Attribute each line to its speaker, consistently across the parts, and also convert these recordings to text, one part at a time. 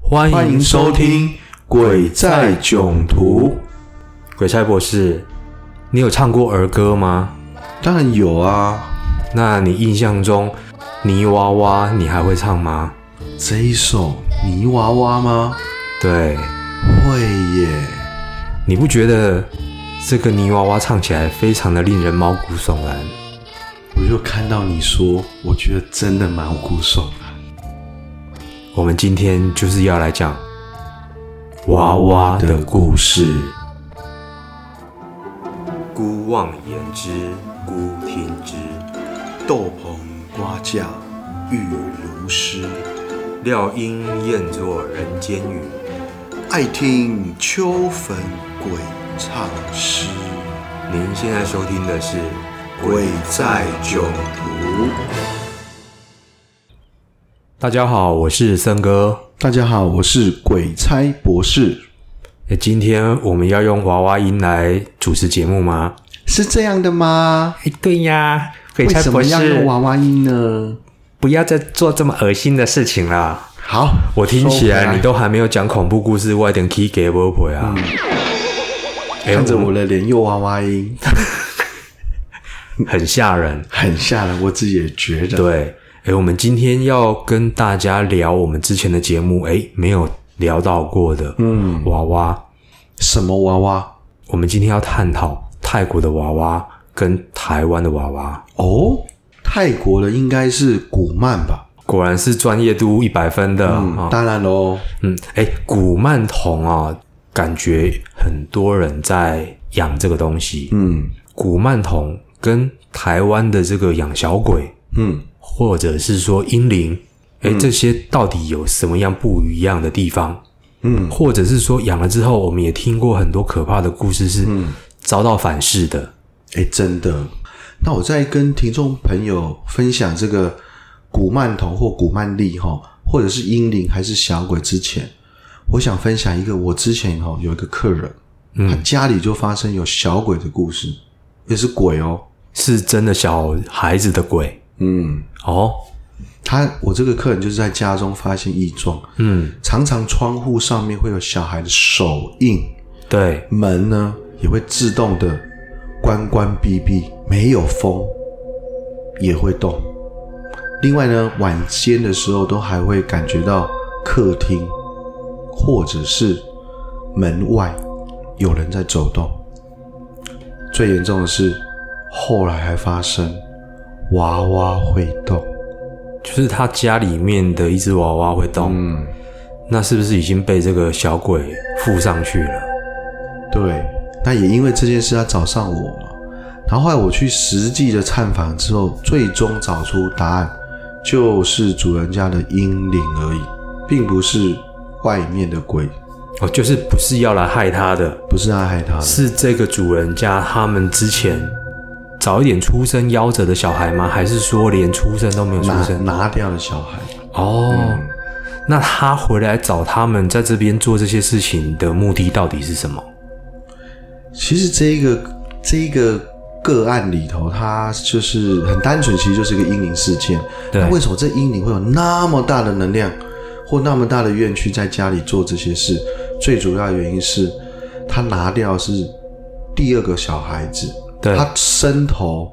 Speaker 1: 欢迎收听《鬼在囧途
Speaker 2: 鬼差博士，你有唱过儿歌吗？》。
Speaker 1: 当然有啊，
Speaker 2: 那你印象中泥娃娃你还会唱吗？
Speaker 1: 这一首泥娃娃吗？
Speaker 2: 对，
Speaker 1: 会耶，
Speaker 2: 你不觉得这个泥娃娃唱起来非常的令人毛骨悚然？
Speaker 1: 我就看到你说，我觉得真的蛮酷爽的。
Speaker 2: 我们今天就是要来讲娃娃的故事。姑妄言之，姑听之。
Speaker 1: 豆棚瓜架雨如诗，
Speaker 2: 料应厌作人间语，
Speaker 1: 爱听秋坟鬼唱诗。
Speaker 2: 您现在收听的是《
Speaker 1: 鬼在囧
Speaker 2: 途》。大家好，我是森哥。
Speaker 1: 大家好，我是鬼差博士。
Speaker 2: 诶今天我们要用娃娃音来主持节目吗？
Speaker 1: 是这样的吗？
Speaker 2: 哎，对呀，鬼
Speaker 1: 为什么要用娃娃音呢？
Speaker 2: 不要再做这么恶心的事情啦！
Speaker 1: 好，
Speaker 2: 我听起
Speaker 1: 收回
Speaker 2: 来你都还没有讲恐怖故事，我有点 key 给不回啊！哎、
Speaker 1: 嗯看着我的脸又娃娃音，
Speaker 2: 很吓人。
Speaker 1: 很吓人，我自己也觉得。
Speaker 2: 对，哎，我们今天要跟大家聊我们之前的节目，哎，没有聊到过的，嗯，娃娃。
Speaker 1: 什么娃娃？
Speaker 2: 我们今天要探讨泰国的娃娃跟台湾的娃娃，
Speaker 1: 哦，泰国的应该是古曼吧？
Speaker 2: 果然是专业度一百分的啊、
Speaker 1: 嗯，当然喽。
Speaker 2: 嗯，哎，古曼童啊，感觉很多人在养这个东西。
Speaker 1: 嗯
Speaker 2: 古曼童跟台湾的这个养小鬼，
Speaker 1: 嗯，
Speaker 2: 或者是说阴灵，哎，这些到底有什么样不一样的地方？
Speaker 1: 嗯，
Speaker 2: 或者是说养了之后，我们也听过很多可怕的故事，是
Speaker 1: 嗯
Speaker 2: 遭到反噬的。
Speaker 1: 哎，真的。那我再跟听众朋友分享这个古曼童或古曼丽哈，或者是英灵还是小鬼之前，我想分享一个我之前哈有一个客人，
Speaker 2: 嗯
Speaker 1: 他家里就发生有小鬼的故事，也是鬼哦。
Speaker 2: 是真的小孩子的鬼
Speaker 1: 嗯，
Speaker 2: 哦，
Speaker 1: 他我这个客人就是在家中发现异状，
Speaker 2: 嗯，
Speaker 1: 常常窗户上面会有小孩的手印，
Speaker 2: 对，
Speaker 1: 门呢也会自动的关关闭闭，没有风也会动。另外呢，晚间的时候都还会感觉到客厅或者是门外有人在走动。最严重的是，后来还发生娃娃会动。
Speaker 2: 就是他家里面的一只娃娃会动，
Speaker 1: 嗯，
Speaker 2: 那是不是已经被这个小鬼附上去了？
Speaker 1: 对，那也因为这件事，他找上我嘛。然后后来我去实际的探访之后，最终找出答案就是主人家的阴灵而已，并不是外面的鬼，
Speaker 2: 哦，就是不是要来害他的，
Speaker 1: 不是他害他的。
Speaker 2: 是这个主人家他们之前早一点出生夭折的小孩吗？还是说连出生都没有出
Speaker 1: 拿
Speaker 2: 生？
Speaker 1: 拿掉了小孩，
Speaker 2: 哦，那他回来找他们在这边做这些事情的目的到底是什么？
Speaker 1: 其实这一个这一个个案里头，它就是很单纯，其实就是一个阴灵事件。
Speaker 2: 对
Speaker 1: 那为什么这阴灵会有那么大的能量，或那么大的怨气在家里做这些事？最主要的原因是，他拿掉是第二个小孩子，
Speaker 2: 对
Speaker 1: 他生头，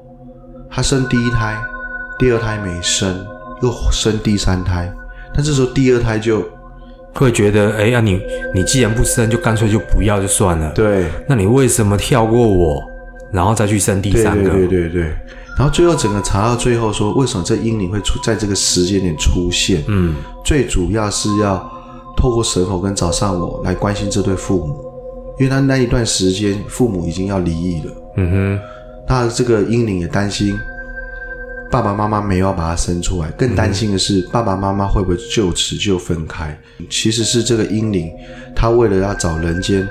Speaker 1: 他生第一胎，第二胎没生，又生第三胎，但这时候第二胎就
Speaker 2: 会觉得，哎呀，你你既然不生，就干脆就不要就算了。，
Speaker 1: 对
Speaker 2: 那你为什么跳过我，然后再去生第
Speaker 1: 对
Speaker 2: 三
Speaker 1: 对
Speaker 2: 个？
Speaker 1: 对对对。然后最后整个查到最后说，为什么这阴灵会出在这个时间点出现？
Speaker 2: 嗯，
Speaker 1: 最主要是要透过神佛跟早上我来关心这对父母，因为他那一段时间父母已经要离异了，
Speaker 2: 嗯
Speaker 1: 那这个英灵也担心爸爸妈妈没有把他生出来，更担心的是爸爸妈妈会不会就此就分开。其实是这个英灵，他为了要找人间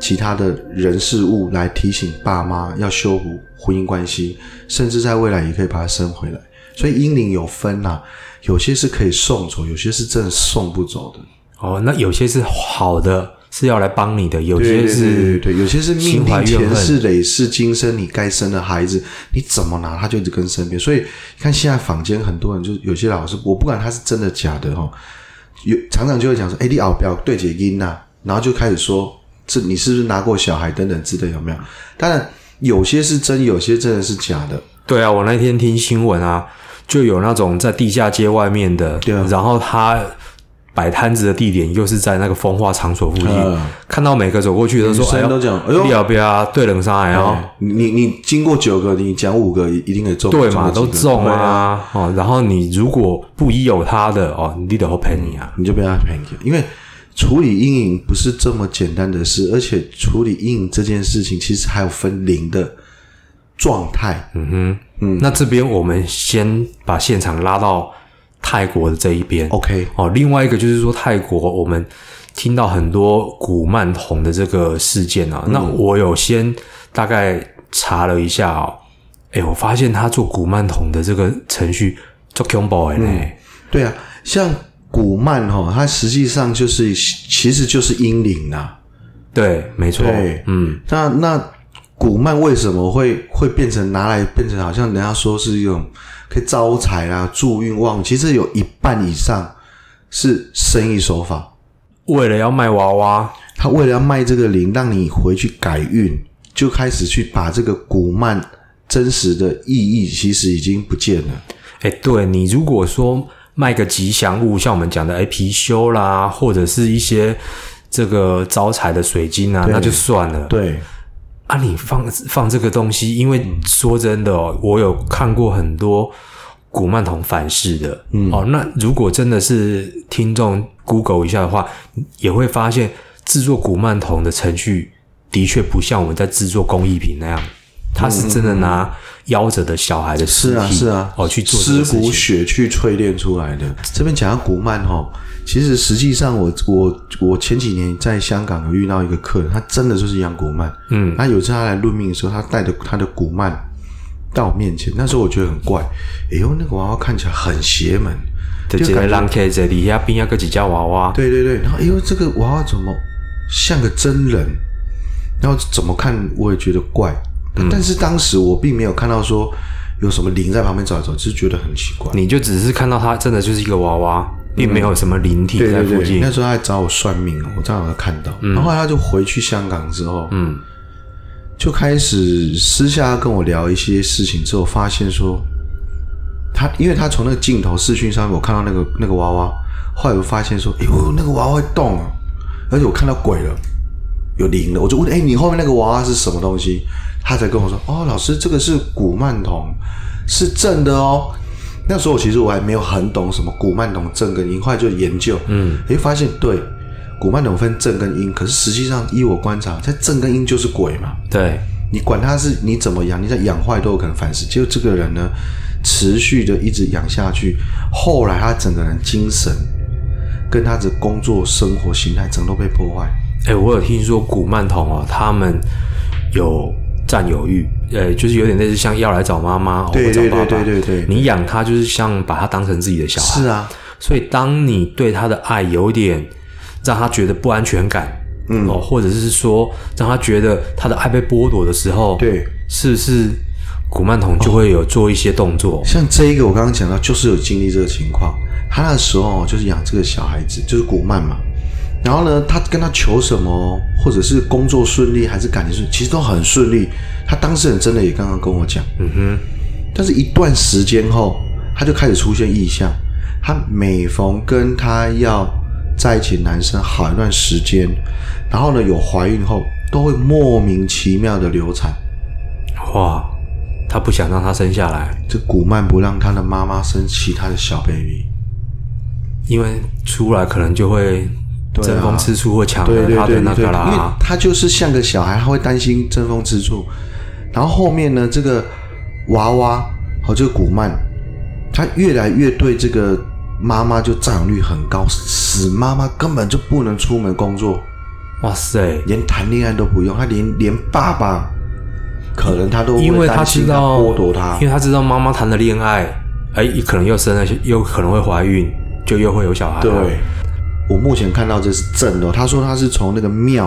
Speaker 1: 其他的人事物来提醒爸妈要修补婚姻关系，甚至在未来也可以把他生回来。所以英灵有分呐、啊有些是可以送走，有些是真的送不走的。
Speaker 2: 哼，哦，那有些是好的，是要来帮你的，有些
Speaker 1: 对对
Speaker 2: 是
Speaker 1: 对，有些是命
Speaker 2: 心怀
Speaker 1: 定
Speaker 2: 怨
Speaker 1: 前
Speaker 2: 恨
Speaker 1: 世累世今生，你该生的孩子，你怎么拿他就一直跟身边。所以你看现在坊间很多人，就有些老师，我不管他是真的假的哦，有常常就会讲说，哎、你熬表对解音呐，然后就开始说，这你是不是拿过小孩等等之类，有没有？当然有些是真，有些真的是假的。
Speaker 2: 对啊，我那天听新闻啊，就有那种在地下街外面的，
Speaker 1: 对啊
Speaker 2: 然后他摆摊子的地点又是在那个风化场所附近，
Speaker 1: 嗯
Speaker 2: 看到每个走过去都说：“
Speaker 1: 女生都讲哎呦
Speaker 2: 你要不要对冷沙来哦
Speaker 1: 哎你你你经过九个，你讲五个，一定得？”中。
Speaker 2: 对嘛，都
Speaker 1: 中了几个
Speaker 2: 中
Speaker 1: 对
Speaker 2: 啊！哦，然后你如果不疑有他的哦，你得要赔你啊！
Speaker 1: 你就被他骗去。因为处理阴影不是这么简单的事，而且处理阴影这件事情其实还有分零的状态。嗯
Speaker 2: 那这边我们先把现场拉到泰国的这一边。
Speaker 1: OK，
Speaker 2: 哦，另外一个就是说泰国，我们听到很多古曼童的这个事件啊，那我有先大概查了一下哦，哎，我发现他做古曼童的这个程序做 combo 呢，
Speaker 1: 对啊，像古曼哈、它实际上就是其实就是阴灵呐、
Speaker 2: 对，没错，
Speaker 1: 对，
Speaker 2: 嗯，
Speaker 1: 那那古曼为什么会会变成拿来变成好像人家说是一种可以招财啊、助运旺，其实有一半以上是生意手法。
Speaker 2: 为了要卖娃娃，
Speaker 1: 他为了要卖这个灵，让你回去改运，就开始去把这个古曼真实的意义，其实已经不见了。
Speaker 2: 哎，对你如果说卖个吉祥物，像我们讲的哎貔貅啦，或者是一些这个招财的水晶啊，那就算了，
Speaker 1: 对，
Speaker 2: 啊，你放放这个东西，因为
Speaker 1: 嗯
Speaker 2: 说真的哦，我有看过很多古曼童反噬的，嗯，哦，那如果真的是听众 Google 一下的话，也会发现制作古曼童的程序的确不像我们在制作工艺品那样，它是真的拿夭折的小孩的尸
Speaker 1: 嗯是
Speaker 2: 体，
Speaker 1: 啊，是啊，
Speaker 2: 哦，去做这
Speaker 1: 尸
Speaker 2: 个事
Speaker 1: 骨
Speaker 2: 情，
Speaker 1: 血去淬炼出来的。这边讲到古曼哈，其实实际上我我我前几年在香港有遇到一个客人，他真的就是养古曼。
Speaker 2: 嗯，
Speaker 1: 他有一次他来论命的时候，他带着他的古曼到我面前，那时候我觉得很怪，哎呦，那个娃娃看起来很邪门，
Speaker 2: 就
Speaker 1: 就
Speaker 2: 一个
Speaker 1: 感觉
Speaker 2: 人客在底下边啊个几只娃娃，
Speaker 1: 对对对，然后哎呦，这个娃娃怎么像个真人？然后怎么看我也觉得怪，但是当时我并没有看到说有什么灵在旁边走来走去，只是觉得很奇怪。
Speaker 2: 你就只是看到它真的就是一个娃娃，并没有什么灵体在附近，
Speaker 1: 那时候他还找我算命哦，我正好有看到。然后后来他就回去香港之后，
Speaker 2: 嗯，
Speaker 1: 就开始私下跟我聊一些事情，之后发现说，他因为他从那个镜头视讯上面我看到那个那个娃娃，后来我发现说，哎呦，那个娃娃会动啊，而且我看到鬼了，有灵了，我就问，哎、你后面那个娃娃是什么东西？他才跟我说，哦，老师，这个是古曼童，是正的哦。那时候其实我还没有很懂什么古曼童正跟阴，后来就研究，嗯，哎，发现对，古曼童分正跟阴，可是实际上依我观察，在正跟阴就是鬼嘛，
Speaker 2: 对。
Speaker 1: 你管他是你怎么养，你再养坏都有可能反噬。结果这个人呢，持续的一直养下去，后来他整个人精神跟他的工作、生活、形态，整个都被破坏。
Speaker 2: 哎、我有听说古曼童哦，他们有占有欲，呃，就是有点类似像要来找妈妈，哦
Speaker 1: 对
Speaker 2: 或找
Speaker 1: 对
Speaker 2: 爸爸。
Speaker 1: 对对对对
Speaker 2: 你养他就是像把他当成自己的小孩，
Speaker 1: 是啊，
Speaker 2: 所以当你对他的爱有点让他觉得不安全感，嗯，哦，或者是说让他觉得他的爱被剥夺的时候，，
Speaker 1: 对，
Speaker 2: 是不是古曼童就会有做一些动作？
Speaker 1: 像这一个我刚刚讲到，就是有经历这个情况。他那时候就是养这个小孩子，就是古曼嘛。然后呢，他跟他求什么，或者是工作顺利还是感情顺利，其实都很顺利。他当事人真的也刚刚跟我讲，嗯哼。但是，一段时间后，他就开始出现异象。他每逢跟他要在一起的男生好一段时间，然后呢，有怀孕后，都会莫名其妙的流产。
Speaker 2: 哇，他不想让他生下来，
Speaker 1: 这古曼不让他的妈妈生其他的小 baby。
Speaker 2: 因为出来可能就会
Speaker 1: 对啊
Speaker 2: 争风吃醋或抢
Speaker 1: 对
Speaker 2: 了
Speaker 1: 对
Speaker 2: 他
Speaker 1: 对
Speaker 2: 的
Speaker 1: 对
Speaker 2: 那
Speaker 1: 对，
Speaker 2: 个
Speaker 1: 因为
Speaker 2: 啦。
Speaker 1: 他就是像个小孩，他会担心争风吃醋。然后后面呢，这个娃娃和这个古曼，他越来越对这个妈妈就占有率很高，使妈妈根本就不能出门工作，
Speaker 2: 哇塞，
Speaker 1: 连谈恋爱都不用，他连连爸爸可能他都
Speaker 2: 因
Speaker 1: 会
Speaker 2: 为他
Speaker 1: 担
Speaker 2: 知
Speaker 1: 心他
Speaker 2: 道
Speaker 1: 剥夺他
Speaker 2: 因为。他知道妈妈谈了恋爱，哎，可能又生了，又可能会怀孕，就又会有小孩。啊
Speaker 1: 对，，我目前看到这是正的哦。他说他是从那个庙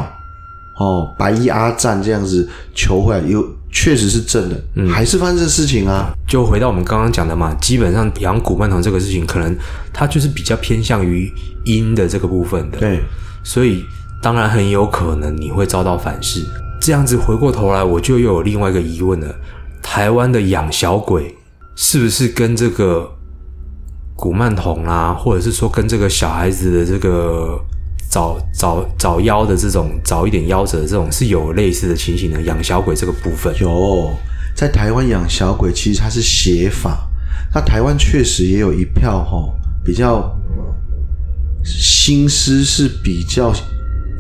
Speaker 1: 哦，白衣阿战这样子求回来，有确实是正的，还是发生这事情啊？
Speaker 2: 就回到我们刚刚讲的嘛，基本上养古曼童这个事情，可能它就是比较偏向于阴的这个部分的，
Speaker 1: 对，
Speaker 2: 所以当然很有可能你会遭到反噬。这样子回过头来，我就又有另外一个疑问了：台湾的养小鬼是不是跟这个古曼童啊，或者是说跟这个小孩子的这个早早早夭的这种早一点夭折的这种是有类似的情形的？养小鬼这个部分，
Speaker 1: 有在台湾养小鬼，其实它是邪法。那台湾确实也有一票吼、比较心思是比较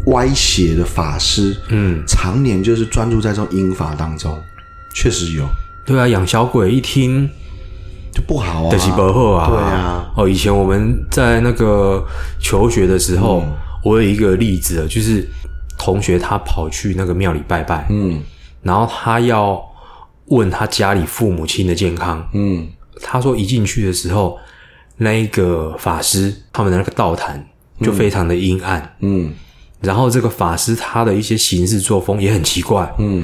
Speaker 1: 歪斜的法师，
Speaker 2: 嗯，
Speaker 1: 常年就是专注在这种阴法当中，确实有，
Speaker 2: 对啊，养小鬼一听
Speaker 1: 就不好啊，
Speaker 2: 德西伯赫啊，
Speaker 1: 对啊，
Speaker 2: 哦，以前我们在那个求学的时候，
Speaker 1: 嗯
Speaker 2: 我有一个例子啊，就是同学他跑去那个庙里拜拜，
Speaker 1: 嗯
Speaker 2: 然后他要问他家里父母亲的健康，
Speaker 1: 嗯，
Speaker 2: 他说一进去的时候，那一个法师他们的那个道坛就非常的阴暗，
Speaker 1: 嗯
Speaker 2: 然后这个法师他的一些行事作风也很奇怪，
Speaker 1: 嗯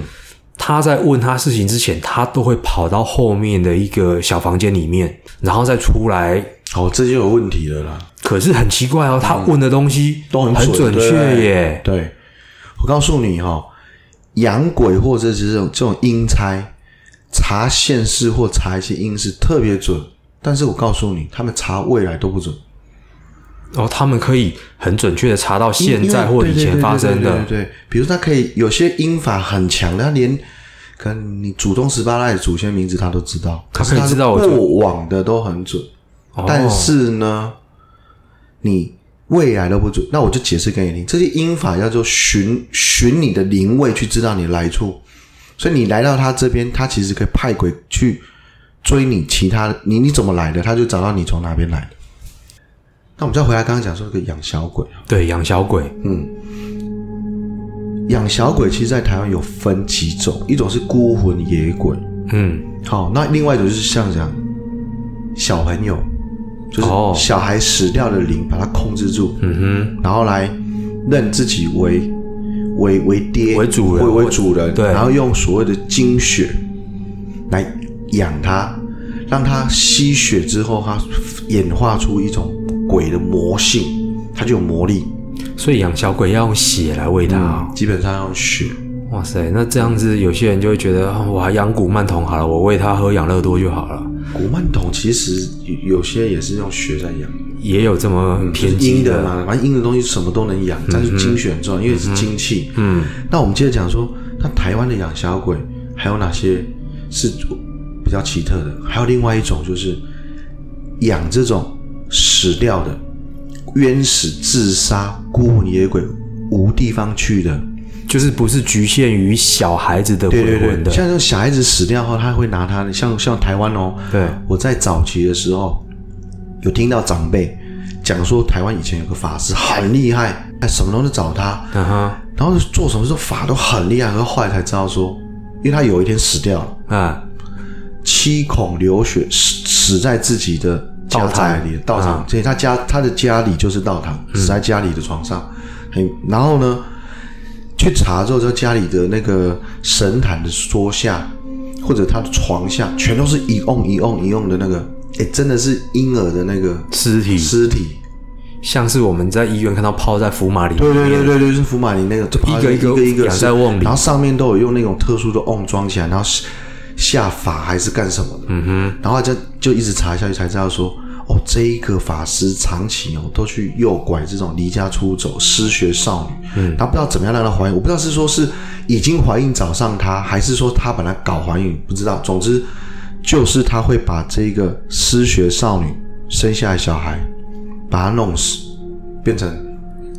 Speaker 2: 他在问他事情之前，他都会跑到后面的一个小房间里面，然后再出来。
Speaker 1: 哦，这就有问题了啦。
Speaker 2: 可是很奇怪哦，他问的东西
Speaker 1: 嗯都很
Speaker 2: 很
Speaker 1: 准
Speaker 2: 准
Speaker 1: 对不对
Speaker 2: 确耶。
Speaker 1: 对，我告诉你哈、养鬼或者是这种这种阴差，查现世或查一些阴事特别准，但是我告诉你，他们查未来都不准。
Speaker 2: 然后他们可以很准确的查到
Speaker 1: 因
Speaker 2: 现
Speaker 1: 因
Speaker 2: 在
Speaker 1: 为
Speaker 2: 或
Speaker 1: 对
Speaker 2: 以
Speaker 1: 对
Speaker 2: 前
Speaker 1: 对
Speaker 2: 发
Speaker 1: 对
Speaker 2: 生
Speaker 1: 对
Speaker 2: 的
Speaker 1: 对，对比如他可以有些阴法很强的，他连可能你祖宗十八代的祖先名字他都知道，
Speaker 2: 他
Speaker 1: 可
Speaker 2: 可以
Speaker 1: 是他
Speaker 2: 知道我就
Speaker 1: 过往的都很准。
Speaker 2: 哦
Speaker 1: 但是呢，你未来都不准。那我就解释给你听，这些阴法叫做寻寻你的灵位去知道你的来处，所以你来到他这边，他其实可以派鬼去追你其他的，你你怎么来的，他就找到你从哪边来的。那我们再回来刚刚讲说那个养小鬼啊，
Speaker 2: 对养小鬼，
Speaker 1: 嗯养小鬼其实在台湾有分几种，一种是孤魂野鬼，
Speaker 2: 嗯，
Speaker 1: 好，那另外一种就是像讲小朋友，就
Speaker 2: 哦
Speaker 1: 是小孩死掉的灵，把它控制住，嗯哼，然后来认自己为为为爹
Speaker 2: 为主人
Speaker 1: 为为主人，
Speaker 2: 对
Speaker 1: 然后用所谓的精血来养它，让它吸血之后，它演化出一种鬼的魔性，它就有魔力，
Speaker 2: 所以养小鬼要用血来喂它哦。
Speaker 1: 基本上用血，
Speaker 2: 哇塞，那这样子有些人就会觉得，啊我还养古曼童好了，我喂它喝养乐多就好了，
Speaker 1: 古曼童其实有有些也是用血在养。
Speaker 2: 也有这么偏激
Speaker 1: 阴的嗯嘛，反正阴的东西什么都能养，但是精血很重要，因为是精气。
Speaker 2: 嗯，
Speaker 1: 那我们接着讲说，那台湾的养小鬼还有哪些是比较奇特的？还有另外一种就是养这种死掉的、冤死、自杀、孤魂野鬼、无地方去的。
Speaker 2: 就是不是局限于小孩子的
Speaker 1: 对
Speaker 2: 鬼
Speaker 1: 对
Speaker 2: 魂
Speaker 1: 对，
Speaker 2: 的，
Speaker 1: 像这种小孩子死掉后，他会拿他的，像像台湾哦，
Speaker 2: 对
Speaker 1: 我在早期的时候，有听到长辈讲说，台湾以前有个法师很厉害，哎，什么都能找他，
Speaker 2: 嗯哼，
Speaker 1: 然后做什么时候法都很厉害，和后来才知道说，因为他有一天死掉了，
Speaker 2: 啊，
Speaker 1: 七孔流血，死死在自己的家宅里，道场，所以他家他的家里就是道堂，死在家里的床上。很然后呢，去查之后，在家里的那个神坛的桌下，或者他的床下，全都是一瓮一瓮一瓮的那个，哎，真的是婴儿的那个
Speaker 2: 尸体
Speaker 1: 尸体。
Speaker 2: 像是我们在医院看到泡在福马里面，
Speaker 1: 对对对对对，就是福马林那个，就把
Speaker 2: 一个
Speaker 1: 一
Speaker 2: 一个
Speaker 1: 个一个
Speaker 2: 养在瓮里
Speaker 1: 然后上面都有用那种特殊的瓮装起来，然后下下法还是干什么的，嗯哼，然后就就一直查下去才知道说，哦，这一个法师长期哦都去诱拐这种离家出走失学少女，嗯，然后不知道怎么样让她怀孕，我不知道是说是已经怀孕找上她，还是说她本来搞怀孕，不知道，总之就是他会把这个失学少女生下来小孩，把她弄死，变成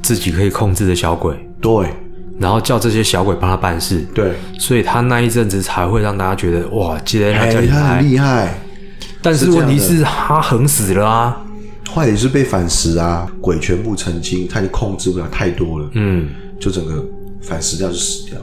Speaker 2: 自己可以控制的小鬼，
Speaker 1: 对。
Speaker 2: 然后叫这些小鬼帮他办事，
Speaker 1: 对，
Speaker 2: 所以他那一阵子才会让大家觉得哇，今天他
Speaker 1: 哎、
Speaker 2: 叫你
Speaker 1: 他
Speaker 2: 来
Speaker 1: 很，厉害，
Speaker 2: 但是
Speaker 1: 是这
Speaker 2: 问
Speaker 1: 样的
Speaker 2: 题是他横死了啊，
Speaker 1: 后来也是被反噬啊，鬼全部成精，他已经控制不了太多了，
Speaker 2: 嗯，
Speaker 1: 就整个反噬掉就死掉。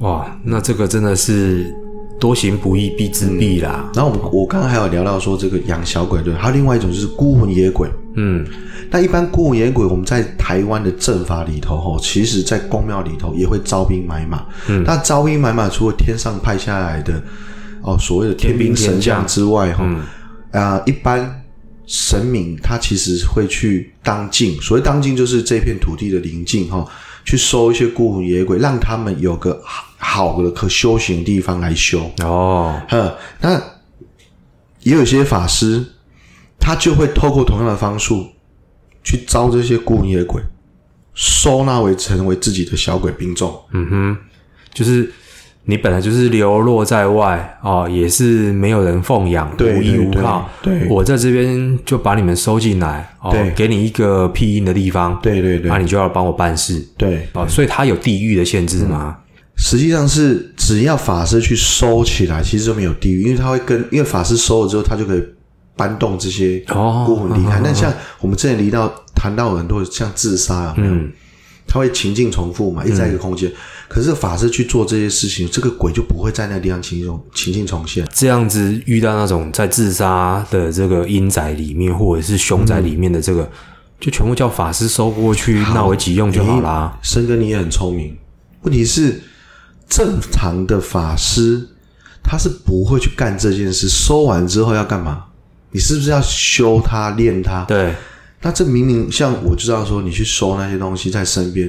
Speaker 2: 哇，那这个真的是多行不义必自毙啦。
Speaker 1: 然后我们我刚刚还有聊到说这个养小鬼对，还有另外一种就是孤魂野鬼。
Speaker 2: 嗯，
Speaker 1: 那一般孤魂野鬼，我们在台湾的阵法里头，吼，其实在宫庙里头也会招兵买马。嗯，那招兵买马，除了天上派下来的哦所谓的天兵神将之外，哈，啊、一般神明他其实会去当境，所谓当境就是这片土地的灵境，哈，去收一些孤魂野鬼，让他们有个好好的可修行的地方来修。
Speaker 2: 哦，
Speaker 1: 呵，那也有一些法师，他就会透过同样的方术去招这些孤魂野鬼，收纳为成为自己的小鬼兵众。
Speaker 2: 嗯哼，就是你本来就是流落在外哦，也是没有人奉养，
Speaker 1: 对
Speaker 2: 无依
Speaker 1: 对
Speaker 2: 无
Speaker 1: 对
Speaker 2: 靠。
Speaker 1: 对
Speaker 2: 我在这边就把你们收进来，哦
Speaker 1: 对，
Speaker 2: 给你一个庇荫的地方，
Speaker 1: 对对对
Speaker 2: 那、你就要帮我办事。
Speaker 1: 对，
Speaker 2: 哦，所以它有地域的限制
Speaker 1: 嗯
Speaker 2: 吗？
Speaker 1: 实际上是只要法师去收起来，其实就没有地狱，因为他会跟，因为法师收了之后，他就可以搬动这些
Speaker 2: 哦
Speaker 1: 孤魂离开。那、像我们之前离到谈到很多像自杀，有啊没有？
Speaker 2: 嗯
Speaker 1: 他会情境重复嘛，一直在一个空间。可是法师去做这些事情，这个鬼就不会在那个地方情境重情境重现。
Speaker 2: 这样子遇到那种在自杀的这个阴宅里面，或者是凶宅里面的这个，就全部叫法师收过去纳为己用就好啦。
Speaker 1: 生哥你也很聪明，问题是正常的法师他是不会去干这件事。收完之后要干嘛？你是不是要修他、练他？
Speaker 2: 对，
Speaker 1: 那这明明像我知道说，你去收那些东西在身边，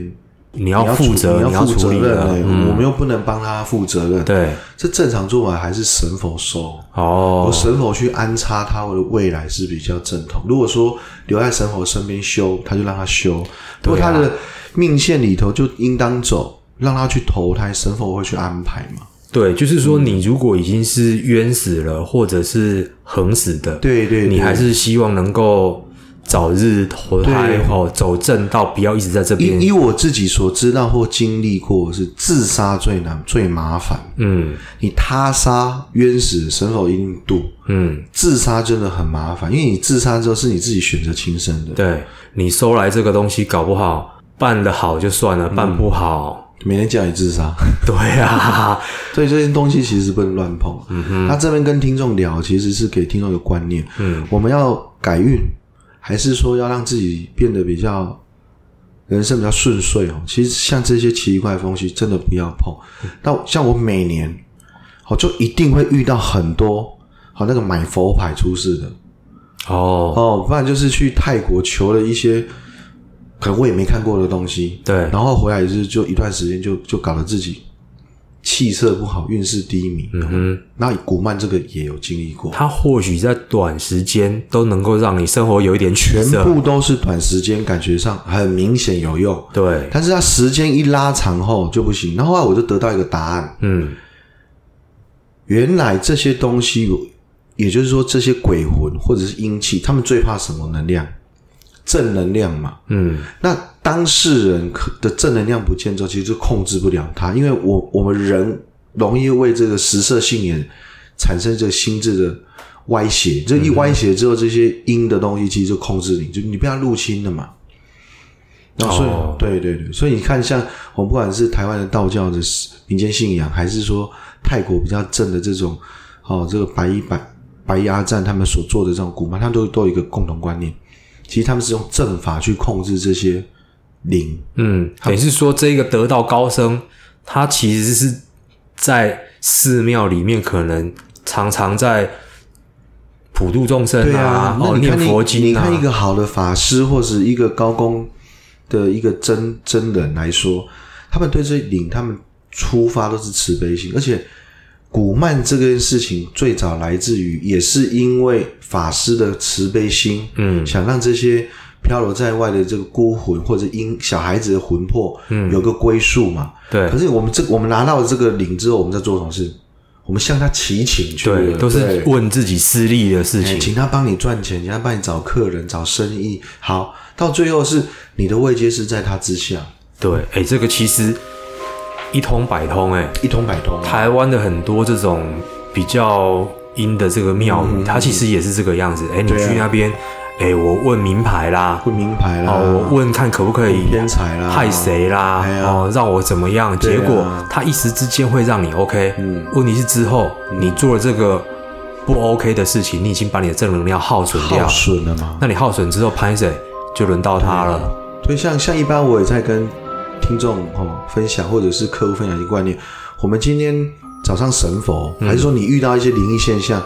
Speaker 2: 你
Speaker 1: 你
Speaker 2: 要负责，
Speaker 1: 你
Speaker 2: 你
Speaker 1: 要负
Speaker 2: 处
Speaker 1: 责
Speaker 2: 理
Speaker 1: 任、
Speaker 2: 的
Speaker 1: 欸，
Speaker 2: 嗯，
Speaker 1: 我们又不能帮他负责任。，
Speaker 2: 对，
Speaker 1: 这正常做法还是神佛收。我
Speaker 2: 哦，
Speaker 1: 神佛去安插他的未来是比较正统。如果说留在神佛身边修，他就让他修；如
Speaker 2: 啊
Speaker 1: 果他的命线里头就应当走，让他去投胎，神佛会去安排嘛？
Speaker 2: 对，就是说
Speaker 1: 嗯
Speaker 2: 你如果已经是冤死了，或者是横死的，
Speaker 1: 对对对
Speaker 2: 你还是希望能够早日投胎
Speaker 1: 对
Speaker 2: 哦，走正道，不要一直在这边
Speaker 1: 以。以我自己所知道或经历过，是自杀最难最麻烦。
Speaker 2: 嗯
Speaker 1: 你他杀冤死，神佛一定度。
Speaker 2: 嗯，
Speaker 1: 自杀真的很麻烦，因为你自杀之后是你自己选择轻生的，
Speaker 2: 对你收来这个东西，搞不好办得好就算了，办不好。
Speaker 1: 每天叫你自 杀。
Speaker 2: 对啊，
Speaker 1: 所以这些东西其实不能乱碰。嗯哼，那这边跟听众聊，其实是给听众一个观念。嗯，我们要改运，还是说要让自己变得比较人生比较顺遂哦？其实像这些奇怪的东西，真的不要碰。那像我每年，好就一定会遇到很多哦好那个买佛牌出事的
Speaker 2: 哦，
Speaker 1: 哦，不然就是去泰国求了一些可能我也没看过的东西。
Speaker 2: 对，
Speaker 1: 然后回来就是就一段时间就就搞得自己气色不好，运势低迷。
Speaker 2: 嗯哼，
Speaker 1: 那古曼这个也有经历过，
Speaker 2: 它或许在短时间都能够让你生活有一点取
Speaker 1: 全
Speaker 2: 色，
Speaker 1: 部都是短时间感觉上很明显有用，
Speaker 2: 对，
Speaker 1: 但是它时间一拉长后就不行。那后来我就得到一个答案，
Speaker 2: 嗯，
Speaker 1: 原来这些东西，也就是说这些鬼魂或者是阴气，他们最怕什么能量？正能量嘛。
Speaker 2: 嗯，
Speaker 1: 那当事人可的正能量不见之后，其实就控制不了他，因为我我们人容易为这个食色性也产生这个心智的歪斜，这一歪斜之后，这些阴的东西其实就控制你，就你被它入侵了嘛。然后所以、
Speaker 2: 哦
Speaker 1: 对对对，所以你看，像我们不管是台湾的道教的民间信仰，还是说泰国比较正的这种，哦，这个白衣白白衣阿赞他们所做的这种古曼，他们都都有一个共同观念，其实他们是用正法去控制这些灵，
Speaker 2: 嗯，等于是说这个得道高僧，他其实是在寺庙里面，可能常常在普度众生
Speaker 1: 对
Speaker 2: 啊，
Speaker 1: 那
Speaker 2: 哦，
Speaker 1: 你
Speaker 2: 念
Speaker 1: 看你
Speaker 2: 佛
Speaker 1: 你
Speaker 2: 经啊
Speaker 1: 看，一个好的法师或是一个高功的一个真真人来说，他们对这领他们出发都是慈悲心，而且古曼这件事情最早来自于也是因为法师的慈悲心，
Speaker 2: 嗯
Speaker 1: 想让这些。漂流在外的这个孤魂或者因小孩子的魂魄，嗯，有个归宿嘛。
Speaker 2: 对
Speaker 1: 可是我们这我们拿到这个领之后，我们在做什么事？我们向他祈请去了，
Speaker 2: 对，都
Speaker 1: 对
Speaker 2: 是问自己私利的事
Speaker 1: 哎
Speaker 2: 情，
Speaker 1: 请他帮你赚钱，请他帮你找客人、找生意。好，到最后是你的位阶是在他之下，
Speaker 2: 对，哎，这个其实一通百通，哎，
Speaker 1: 一通百通啊。
Speaker 2: 台湾的很多这种比较阴的这个庙宇，它其实也是这个样子。哎、你
Speaker 1: 嗯对啊
Speaker 2: 去那边，哎、哎，我问名牌啦，
Speaker 1: 问名牌啦，
Speaker 2: 哦，我问看可不可以
Speaker 1: 天才啦，
Speaker 2: 害谁啦
Speaker 1: 哎，呀
Speaker 2: 哦，让我怎么样？
Speaker 1: 对
Speaker 2: 结
Speaker 1: 啊
Speaker 2: 果他一时之间会让你 OK，
Speaker 1: 嗯
Speaker 2: 问题是之后你做了这个不 OK 的事情，你已经把你的正能量耗损掉
Speaker 1: 耗
Speaker 2: 了，
Speaker 1: 损了嘛？
Speaker 2: 那你耗损之后，拍谁就轮到他了。
Speaker 1: 所以像像一般我也在跟听众哦分享，或者是客户分享一些观念。我们今天早上神佛，还是说你遇到一些灵异现象，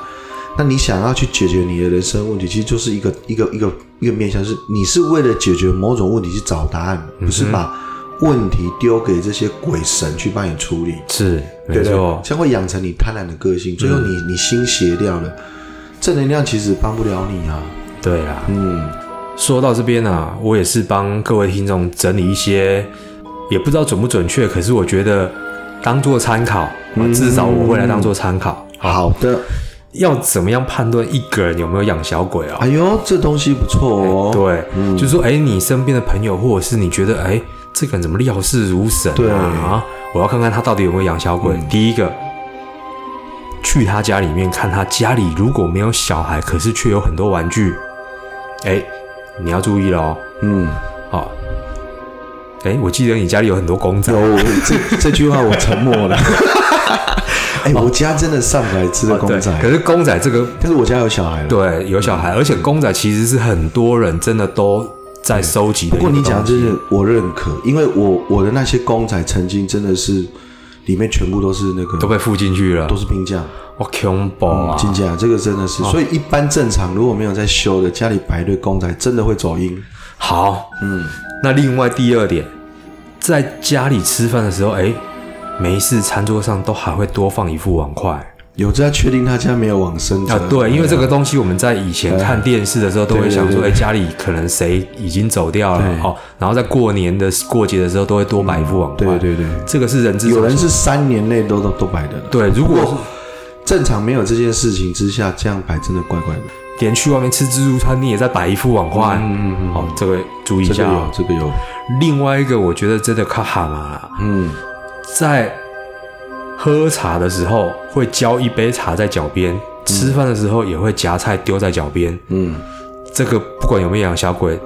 Speaker 1: 那你想要去解决你的人生问题，其实就是
Speaker 2: 嗯
Speaker 1: 一个一个一个一个面向，是你是为了解决某种问题去找答案，不是把问题丢给这些鬼神去帮你处理。
Speaker 2: 是，没
Speaker 1: 对对
Speaker 2: 错，，嗯
Speaker 1: 这样会养成你贪婪的个性，最后你你心邪掉了，正能量其实帮不了你啊。
Speaker 2: 对啦。
Speaker 1: 嗯，
Speaker 2: 说到这边啊，我也是帮各位听众整理一些，也不知道准不准确，可是我觉得当做参考，啊至少我会来当做参考。
Speaker 1: 好的，
Speaker 2: 要怎么样判断一个人有没有养小鬼啊？
Speaker 1: 哎呦，这东西不错哦。
Speaker 2: 对，就是说，哎，你身边的朋友，或者是你觉得，哎，这个人怎么料事如神
Speaker 1: 对嗯
Speaker 2: 啊？啊，我要看看他到底有没有养小鬼。第一个，去他家里面看他家里如果没有小孩，可是却有很多玩具，哎，你要注意了哦。
Speaker 1: 嗯，
Speaker 2: 好，哎，我记得你家里有很多公仔
Speaker 1: 有，我这这句话我沉默了。 哎，我家真的上来吃的公
Speaker 2: 哦对可
Speaker 1: 仔，嗯
Speaker 2: 是公仔这个
Speaker 1: 但是我家有小孩了。，
Speaker 2: 对有小孩，而且公仔其实是很多人真的都在收集的
Speaker 1: 不
Speaker 2: 一个
Speaker 1: 过
Speaker 2: 东西。
Speaker 1: 你讲这是我认可，因为我我的那些公仔曾经真的是里面全部都是那个
Speaker 2: 都被附进去了
Speaker 1: 都，是嗯冰架，
Speaker 2: 我恐怖啊！
Speaker 1: 金架，这个真的
Speaker 2: 哦
Speaker 1: 是，所以一般正常如果没有在修的，家里摆一堆公仔真的会走音。
Speaker 2: 好，
Speaker 1: 嗯，
Speaker 2: 那另外第二点，在家里吃饭的时候，哎，没事，餐桌上都还会多放一副碗筷。
Speaker 1: 有这要确定他家没有往生者
Speaker 2: 啊，对，因为这个东西我们在以前看电视的时候都会想说，哎，家里可能谁已经走掉了哦，然后在过年的过节的时候都会多买一副碗筷。
Speaker 1: 对对对，
Speaker 2: 这个是人之
Speaker 1: 有
Speaker 2: 常
Speaker 1: 人
Speaker 2: 情。
Speaker 1: 是三年内都都都摆的了。
Speaker 2: 对，如果
Speaker 1: 正常没有这件事情之下，这样摆真的怪怪的。
Speaker 2: 连去外面吃自助餐，你也在摆一副碗筷，嗯嗯哦，这个注意一
Speaker 1: 这
Speaker 2: 下
Speaker 1: 个
Speaker 2: 哦
Speaker 1: 有，。这个有，
Speaker 2: 另外一个，我觉得真的卡哈嘛啦，
Speaker 1: 嗯，
Speaker 2: 在喝茶的时候会浇一杯茶在脚边，吃饭的时候也会夹菜丢在脚边，
Speaker 1: 嗯，
Speaker 2: 这个不管有没有养小鬼，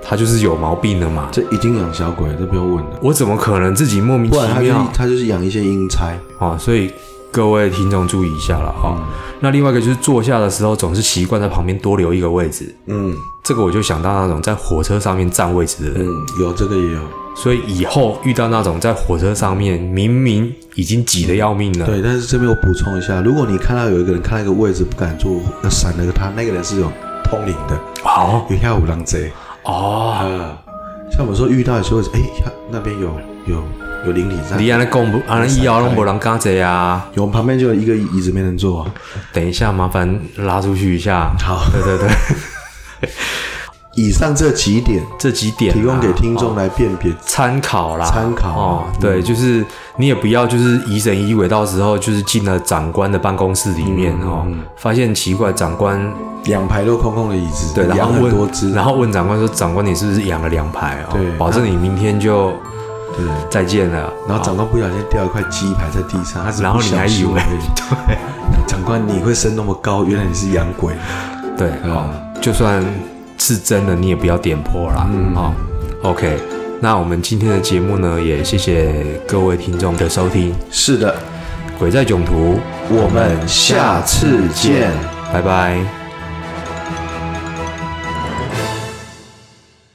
Speaker 2: 他就是有毛病的嘛。
Speaker 1: 这一定养小鬼，这不用问的，
Speaker 2: 我怎么可能自己莫名
Speaker 1: 不然他
Speaker 2: 其
Speaker 1: 就
Speaker 2: 妙
Speaker 1: 是他就是养一些阴差。
Speaker 2: 啊？所以各位听众注意一下了哈。
Speaker 1: 嗯
Speaker 2: 那另外一个就是坐下的时候总是习惯在旁边多留一个位置，
Speaker 1: 嗯
Speaker 2: 这个我就想到那种在火车上面占位置的人，
Speaker 1: 嗯，有这个也有，
Speaker 2: 所以以后遇到那种在火车上面明明已经挤得要命了，
Speaker 1: 对。但是这边我补充一下，如果你看到有一个人看到一个位置不敢坐，那闪了个他，那个人是有通灵的，
Speaker 2: 好
Speaker 1: 有下五郎贼
Speaker 2: 哦，
Speaker 1: 啊。像我们说遇到有些位置，哎，那边有有有灵体在，
Speaker 2: 你安尼讲不，安尼以后拢无人敢坐啊。
Speaker 1: 有我们旁边就有一个椅子没人坐啊。
Speaker 2: 等一下，麻烦拉出去一下。
Speaker 1: 好，
Speaker 2: 对对对，
Speaker 1: 以上这几点
Speaker 2: 这几点啊
Speaker 1: 提供给听众来辨别。
Speaker 2: 参考啦，
Speaker 1: 参考嗯
Speaker 2: 哦。对，就是你也不要就是疑神疑鬼，到时候就是进了长官的办公室里面
Speaker 1: 嗯
Speaker 2: 哦，发现奇怪，长官
Speaker 1: 两排都空空的椅子，
Speaker 2: 对，然
Speaker 1: 养
Speaker 2: 后
Speaker 1: 很多
Speaker 2: 问
Speaker 1: 只，，
Speaker 2: 然后问长官说，长官你是不是养了两排哦？
Speaker 1: 对啊
Speaker 2: 保证你明天就
Speaker 1: 对，
Speaker 2: 再见了。
Speaker 1: 然后长官不小心掉一块鸡排在地上，他只是
Speaker 2: 然后你还以为
Speaker 1: 不小心而已长官你会升那么高，原来你是养鬼，
Speaker 2: 对，
Speaker 1: 啊
Speaker 2: 哦，就算是真的，你也不要点破啦。
Speaker 1: 嗯
Speaker 2: 哦，OK，那我们今天的节目呢，也谢谢各位听众的收听，《
Speaker 1: 是的，
Speaker 2: 鬼在囧途》，
Speaker 1: 我们下次见。
Speaker 2: 拜拜。